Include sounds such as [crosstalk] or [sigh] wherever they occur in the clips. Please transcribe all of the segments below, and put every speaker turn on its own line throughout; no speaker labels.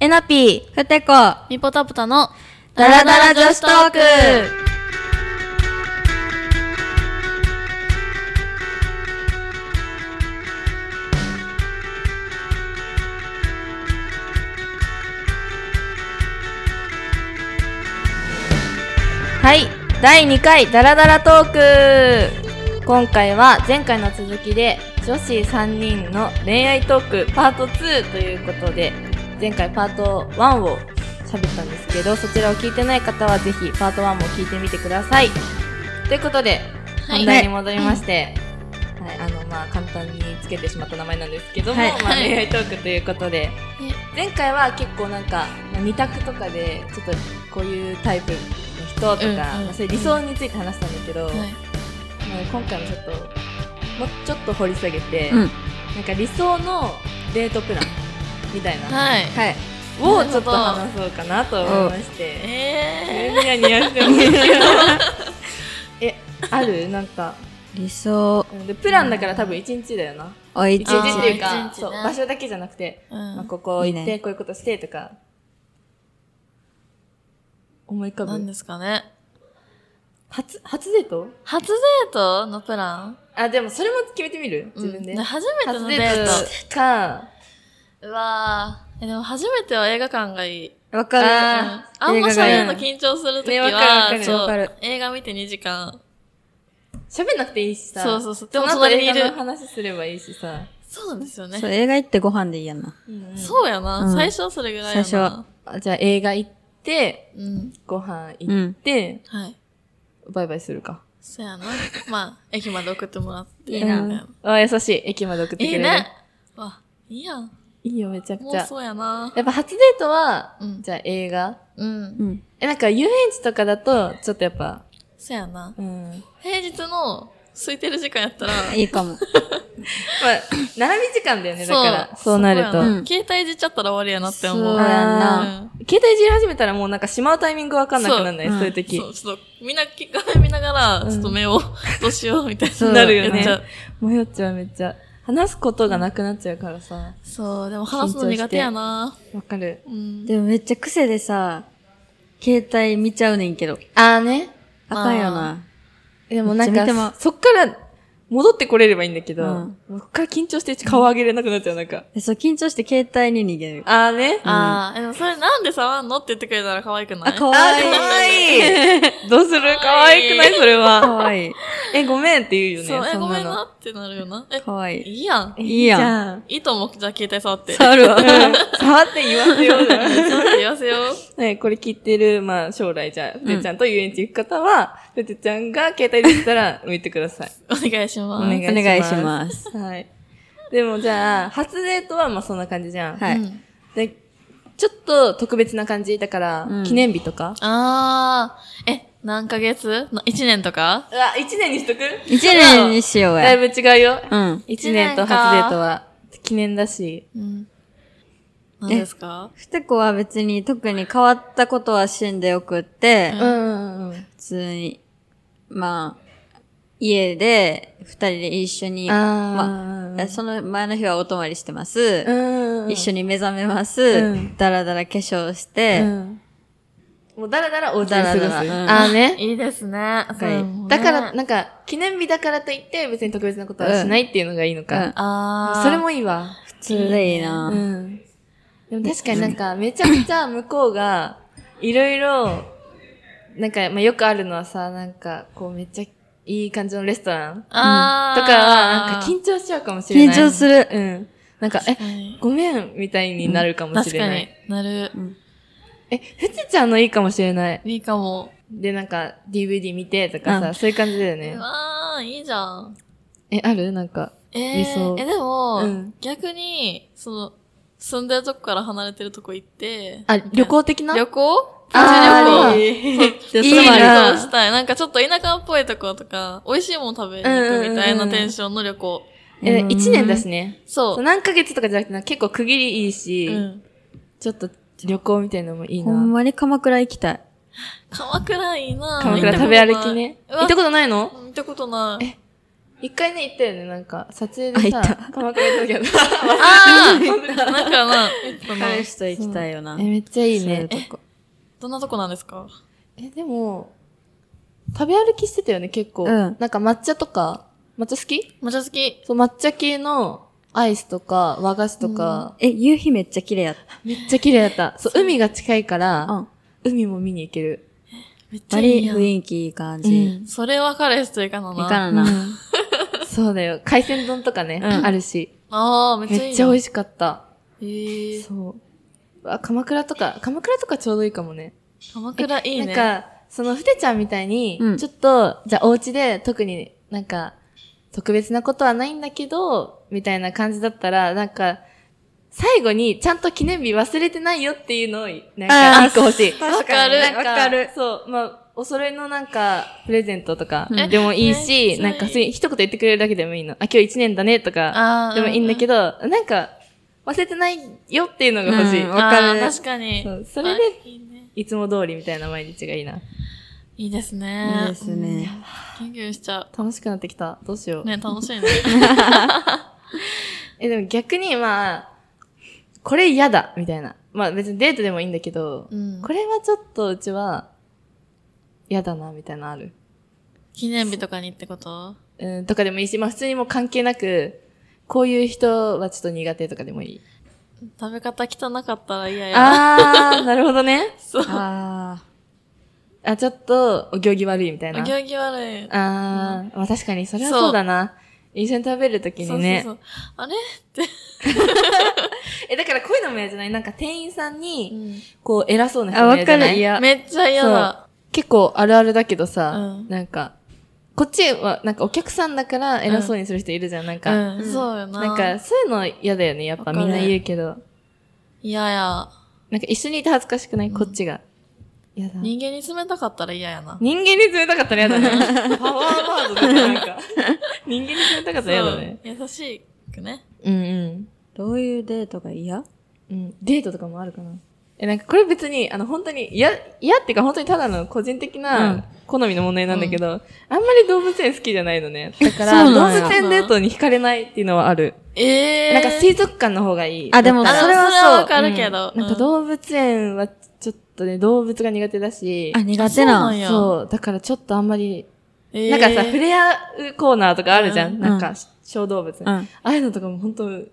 えなぴー、ふてこ、ダ
ミポタプタの
ラダラ女子トークはい、第2回ダラダラトーク今回は前回の続きで女子3人の恋愛トークパート2ということで前回パート1を喋ったんですけどそちらを聞いてない方はぜひパート1も聞いてみてくださいということで
はい
本題に戻りまして、はいあのまあ簡単につけてしまった名前なんですけども、
はい
まあ
はい
恋愛トークということで、前回は結構なんか、まあ、二択とかでちょっとこういうタイプの人とか、
うんうん
まあそういう理想について話したんだけど、
はい
もう今回もちょっともうちょっと掘り下げて、
うん
なんか理想のデートプランみたいな、
はい
はい、
な
を
るほど
ちょっと話そうかなと思いまして
え
ニヤニヤしてますけどえあ
[laughs]
るなんか
理想
うんでプランだから多分一日だよな
おい
一
ち
日っていうか、
あー一日ね
そう場所だけじゃなくて、
ーうん
まあ、ここ行
い
っ
いね
てこういうことしてとか思い浮か
何
ぶ
ですかね
初初デート
初デートのプラン
あでもそれも決めてみる自分で、
うん初めての
初
デ
デ
ー
ー
ト
トか
うわーえでも初めては映画館がいい
わか
うん
る。
あ
あんま
映画がいい
喋るの緊張するとき
ねわかるわ
は
か、る
そ
わか
う
る、
映画見て2時間。
喋んなくていいしさ
そうそうそうで
で
も
も
隣にいる
話すればいいしさ、
そうなんですよ
そう、
ね。
映画行ってご飯でいいやな。
そうやな。
うん
最初はそれぐらいや
最
な。
初は。
あじゃあ映画行って
うん。
ご飯行って、
はい。
バイバイするか
そうやな。まあ、駅まで送ってもらって。
いいな
う
みたい
んあ優しい駅まで送ってく
い
れ
い
る
ね。わ、いいやん。
いいよめちゃく
も
ち
う
ゃ
そうやな。
やっぱ初デートは、
うん
じゃあ映画
うん。
うん。
えなんか遊園地とかだとちょっとやっぱ
そうやな。
うん
平日の空いてる時間やったら、
いいかも。
まあ、並び時間だよね、だから。そうなると。
こやな
うん
携帯いじっちゃったら終わりやなって思。
そううやな。
ん
携帯いじり始めたらもうなんかしまうタイミングわかんなくなんない、
そ
そうういう時
そ。う、ちょっと、みんな聞かない見ながら、ちょっと目を、どうしようみたい
そ
に
う
なるよ
やっ
ね
ちゃう。
迷っちゃうめっちゃ。話すことがなくなっちゃうからさ。
そう、でも話すの苦手やな。
わかる。
うん。
でもめっちゃ癖でさ、携帯見ちゃうねんけど。
あーね。
あかん
ま
よな。
でもなん
めっちゃ見て
か
ま、
そっから戻ってこれればいいんだけど、
うん
もうこっから緊張して顔上げれなくなっちゃう、なんか。
でそう、緊張して携帯に逃げる。
あーね。
ああ、でもそれなんで触んのって言ってくれたら可愛くない
あ、か
あ
わ
ー
いい。
かわいい。どうするかわいくないそれ
[laughs] か
は。
わいい。
え、ごめんって言う
そ
よ
う、
ね、
え、
そ
ご
ん
め
なんの。
なってなるよな。え
か、わい
い
い。
いやん。
いいやん。
ん。
いいと思う。じゃあ携帯触って。 [laughs]
触るわ。
触って言わせようじゃん
触って言わせよう。
ね、これ聞いてる、まあ、将来じゃあ、ふてちゃんと遊園地行く方は、ふてちゃんが携帯できたら見てください。
お願いしま
お願
す
い。
お願いします。
はい。でもじゃあ、初デートはまあそんな感じじゃん。
はい
うん
で、ちょっと特別な感じだから、
うん
記念日とか
ああ、え、何ヶ月な一年とか
うわ、一年にしとく
一年にしよう
だい
や。
ぶ違うよ。
うん。
一年と初デートは記念だし。
うん。何ですか
ふてこは別に特に変わったことはしんでよくって、
うん
うんうんうん。
普通に、まあ、家で、二人で一緒に、
あ
えその前の日はお泊まりしてます。
うん。
一緒
に。
に目覚めます。
うん
だらだら化粧して、
うん。もうだらだらお家で
だら
過ご
だ
す。
らうん
あーね。
いいですね。そう
だから、
ね
なんか、記念日だからといって、別に特別なことはしないっていうのがいいのか。
ああ。
それ、もいいわ。
普通でいいな。
うん。でも確かになんか、めちゃくちゃ向こうが、いろいろ、なんか、まあ、よくあるのはさ、なんか、こう、めっちゃいい感じのレストランと
あ
かは、
あ。
なんか緊張しちゃうかもしれ
緊
ない。
張する。
うん。なんか、え、
え、
ごめん、みたいになるかもし
確
れ
か
な
に
い。
なる。
え、ふちちゃんのいいかもしれない。
いいかも。
で、なんか、DVD 見てとか
う
さ、そういう感じだよね
う。わー、いいじゃん。
え、あるなんか。
え
理想
ー、え、でも、
うん
逆に、その、住んでるとこから離れてるとこ行って、
あ、
みたいな
旅行的な
旅行プチ
あ
旅行
い
いい
い
な
な。
そうしたい。なんかちょっと田舎っぽいとことか、美味しいもの食べに行くみたいなテンションの旅行。
え、
うん
1年だしね。
そ
そう
う。
何ヶ月とかじゃなくて、結構区切りいいし、
うん。
ちょっと旅行みたいなのもいい
ほん
な。
まに鎌倉行きたい。
鎌倉いいなぁ
鎌倉
行っ
食
たことな
べ
い
歩きね。
うわ
行ったことないの
行ったことない。
一回ね、行ったよね、なんか、撮影でさ
あ行った、
鎌倉行ったけど。
ああ [laughs] なんかな、その
彼氏 [laughs] と行きたいよな。
え、めっちゃいい
そうい
ね
うと。こ。
どんなとこなんですか
え、でも、食べ歩きしてたよね、結構。
うん
なんか抹茶とか、抹茶好き
抹茶好き。
そう、抹茶系のアイスとか、和菓子とか、
え、夕日めっちゃ綺麗やっ
めっちゃ綺麗だった。そう、海が近いか
た。う
ら、
ん。
海も見に行ける。
めっちゃいい
割り
やん。
雰囲気いい感
う
じ。
ん
それは彼氏と行かない
いか
な。
なな。
[laughs] そうだよ。海鮮丼とかね、
うん
あるし。
ああ、めっちゃいいやん。
めっちゃ美味しかった。
へえ
そう。あ、鎌倉とか、鎌倉とかちょうどいいかもね。
鎌倉いいね。
なんか、その、ふてちゃんみたいに、
うん
ちょっと、じゃあお家で特になんか、特別なことはないんだけど、みたいな感じだったら、なんか、最後にちゃんと記念日忘れてないよっていうのを、なん
あ
か、
ー
一個欲しい。
確かに
なん
わかる。
そう、まあ、お揃いのなんか、プレゼントとか
うん
でもいいし、
え
なんか、そういう一言言ってくれるだけでもいいの。あ、今日一年だねとか、
ああ、
でもいいんだけ
ど。
ど、なんか、忘れてないよっていうのが欲しい。
うんわ
あ
か
あ
る
ー、確かに
そ。うそれで、
あいいね。
いつも通りみたいな毎日がいいな。
いいですね。
いいですね。
うん。ギュンギュンしちゃ
楽しくなってきた。どうしよ
う。
う。
ね、楽しいね。
え、でも逆にまあ、これ嫌だ、みたいな。まあ別にデートでもいいんだけど、
うん
これはちょっとうちは嫌だな、みたいなのある。
記念日とかにってこと
うん、とかでもいいし、まあ普通にもう関係なく、こういう人はちょっと苦手とかでもいい。
食べ方汚かったら嫌や。
あー、なるほどね。
そう。
ああ。
あ、ちょっと、お行儀悪いみたいな。
お行儀悪い。
あー、まあ確かに、それは
そう
そうだな。一緒に食べるときにね。
そうそうそう。あれ
え、だからこういうのも嫌じゃないなんか店員さんに、
う
こう偉そうな人
あ、
も
わ
嫌じゃ
か
ない
る。いや
ん。。めっちゃ嫌だ。
結構あるあるだけどさ、
うん
なんか、こっちは、なんかお客さんだから偉そうにする人いるじゃん、なん
う
か、
ん。
うん
そうよな。
なんか、そういうの嫌だよね、やっぱ
わか
み
る
んな言うけど。
嫌や。
なんか一緒にいて恥ずかしくない、こっちが。嫌だ。人
人間に冷たかったら嫌やな。
間に冷たかったら嫌だね。パワーワードだね、
[laughs]
なんか。人間に冷たかったら嫌だね。
そう優しくね。
うんうん。
どういうデートが嫌
うん。デートとかもあるかな。え、なんかこれ別に、あの、本当に、いや、嫌っていうか本当にただの個人的
うん
な好みの問題なんだけど、あんまり動物園好きじゃないの [laughs] ね。だから、
そう
動
なん
物
や
園デートに惹かれないっていうのはある。
ええー。
なんか水族館の方がいい。
あでも
だったら
あそ
そ
れ
れ
は
は
それはわ
そう
かるけど。
なんか
う
動物園はちょっとね、動物が苦手だし、
あ、苦手な
そうなん
ん。
や
そう、だからちょっとあんまり、
えー
なんかさ、触れ合うコーナーとかあるじゃん、
うん
なんか、小動物、
う
あ
ん。
あいうのとかも本当苦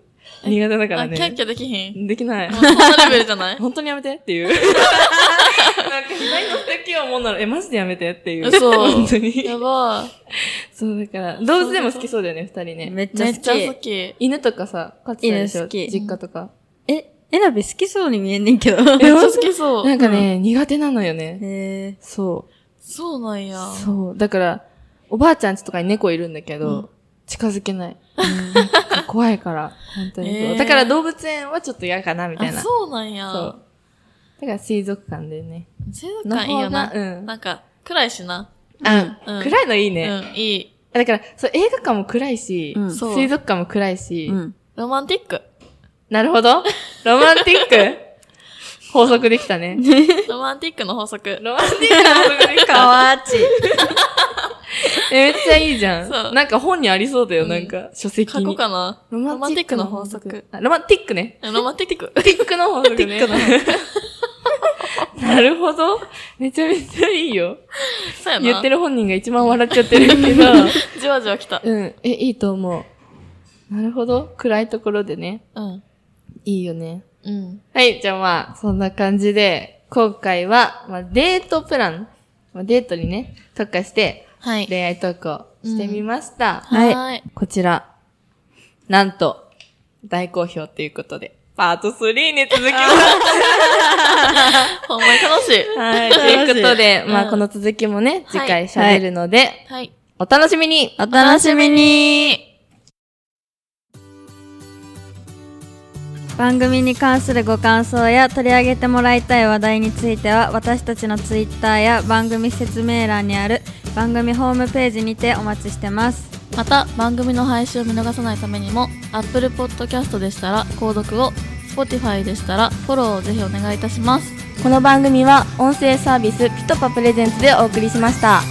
手だから
あ、キャッ
ね。
キャできひん。
できない
もう。そんなレベルじ
[laughs]
ゃない
本当にやめてっていう。なんか、左の手器をもんなら、え、マジでやめてっていう。
嘘
本当に。
[laughs] やば
そう、だから、動物でも好きそうだよね、二人ね。
めっ
い。
ちゃ
め
好
っちゃ好
き。
き。
犬とかさ、飼ってたでしょ
犬好き
実家とか。
え、エラベ好きそうに見えんねんけど。
めっちゃ好きそう。
なんかね、苦手なのよね。
[laughs] へえ。
そう。
そうなんや。
そう。だから、おばあちゃん家とかに猫いるんだけど、
うん
近づけない。なんか [laughs] 怖いから、本当にそう、
えー
だから動物園はちょっと嫌かな、みたい
あ、
な。
そうなん
そ
や。
う。だから水族館でね。
水族館いいよ
の
な
方。がうん
なんか、暗いしな。
あ、
うん
暗いのいいね。
うん、いい。
だから、そう、映画館も暗いし、
うん
そう
水族館も暗いし、
うん。
ロマンティッ [laughs] ク。
なるほど。ロマンティッ [laughs] ク法則できたね。
ロマンティックの法則。
ロマンティックな法則でき
か
た。
わち。
[laughs] えめっちゃいいじゃん。
そう
なんか本にありそうだよ、
うん
なんか、書籍
過
に。
去かな
ロマンティックの法則。。あロマンティックね。
ロマンティッ [laughs] ク。
ティックの方ね。 [laughs] なるほど。めちゃめちゃいいよ。
そうやな。
言ってる本人が一番笑っちゃってるけ [laughs] ど。
じわじわ来た。
うん。え、いいと思う。なるほど。暗いところでね。
うん。
いいよね。
うん。
はい。じゃあまあ、そんな感じで、今回は、まあ、デートプラン。まあ、デートにね、特化して、
はい。
恋愛トークをしてみました。
はい。 [laughs]
こちら。なんと、大好評ということで、パート3に続きます。
ほんまに楽しい。
[laughs] はい。ということで、
うん
まあ、この続きもね、次
は
回喋るので、
はい。
お楽しみに
お楽しみに番組に関するご感想や取り上げてもらいたい話題については私たちのツイッターや番組説明欄にある番組ホームページにてお待ちしてます
また、番組の配信を見逃さないためにも、Apple Podcast でしたら、購読を、Spotify でしたら、フォローをぜひお願いいたします。
この番組は、音声サービスピトパプレゼンツでお送りしました。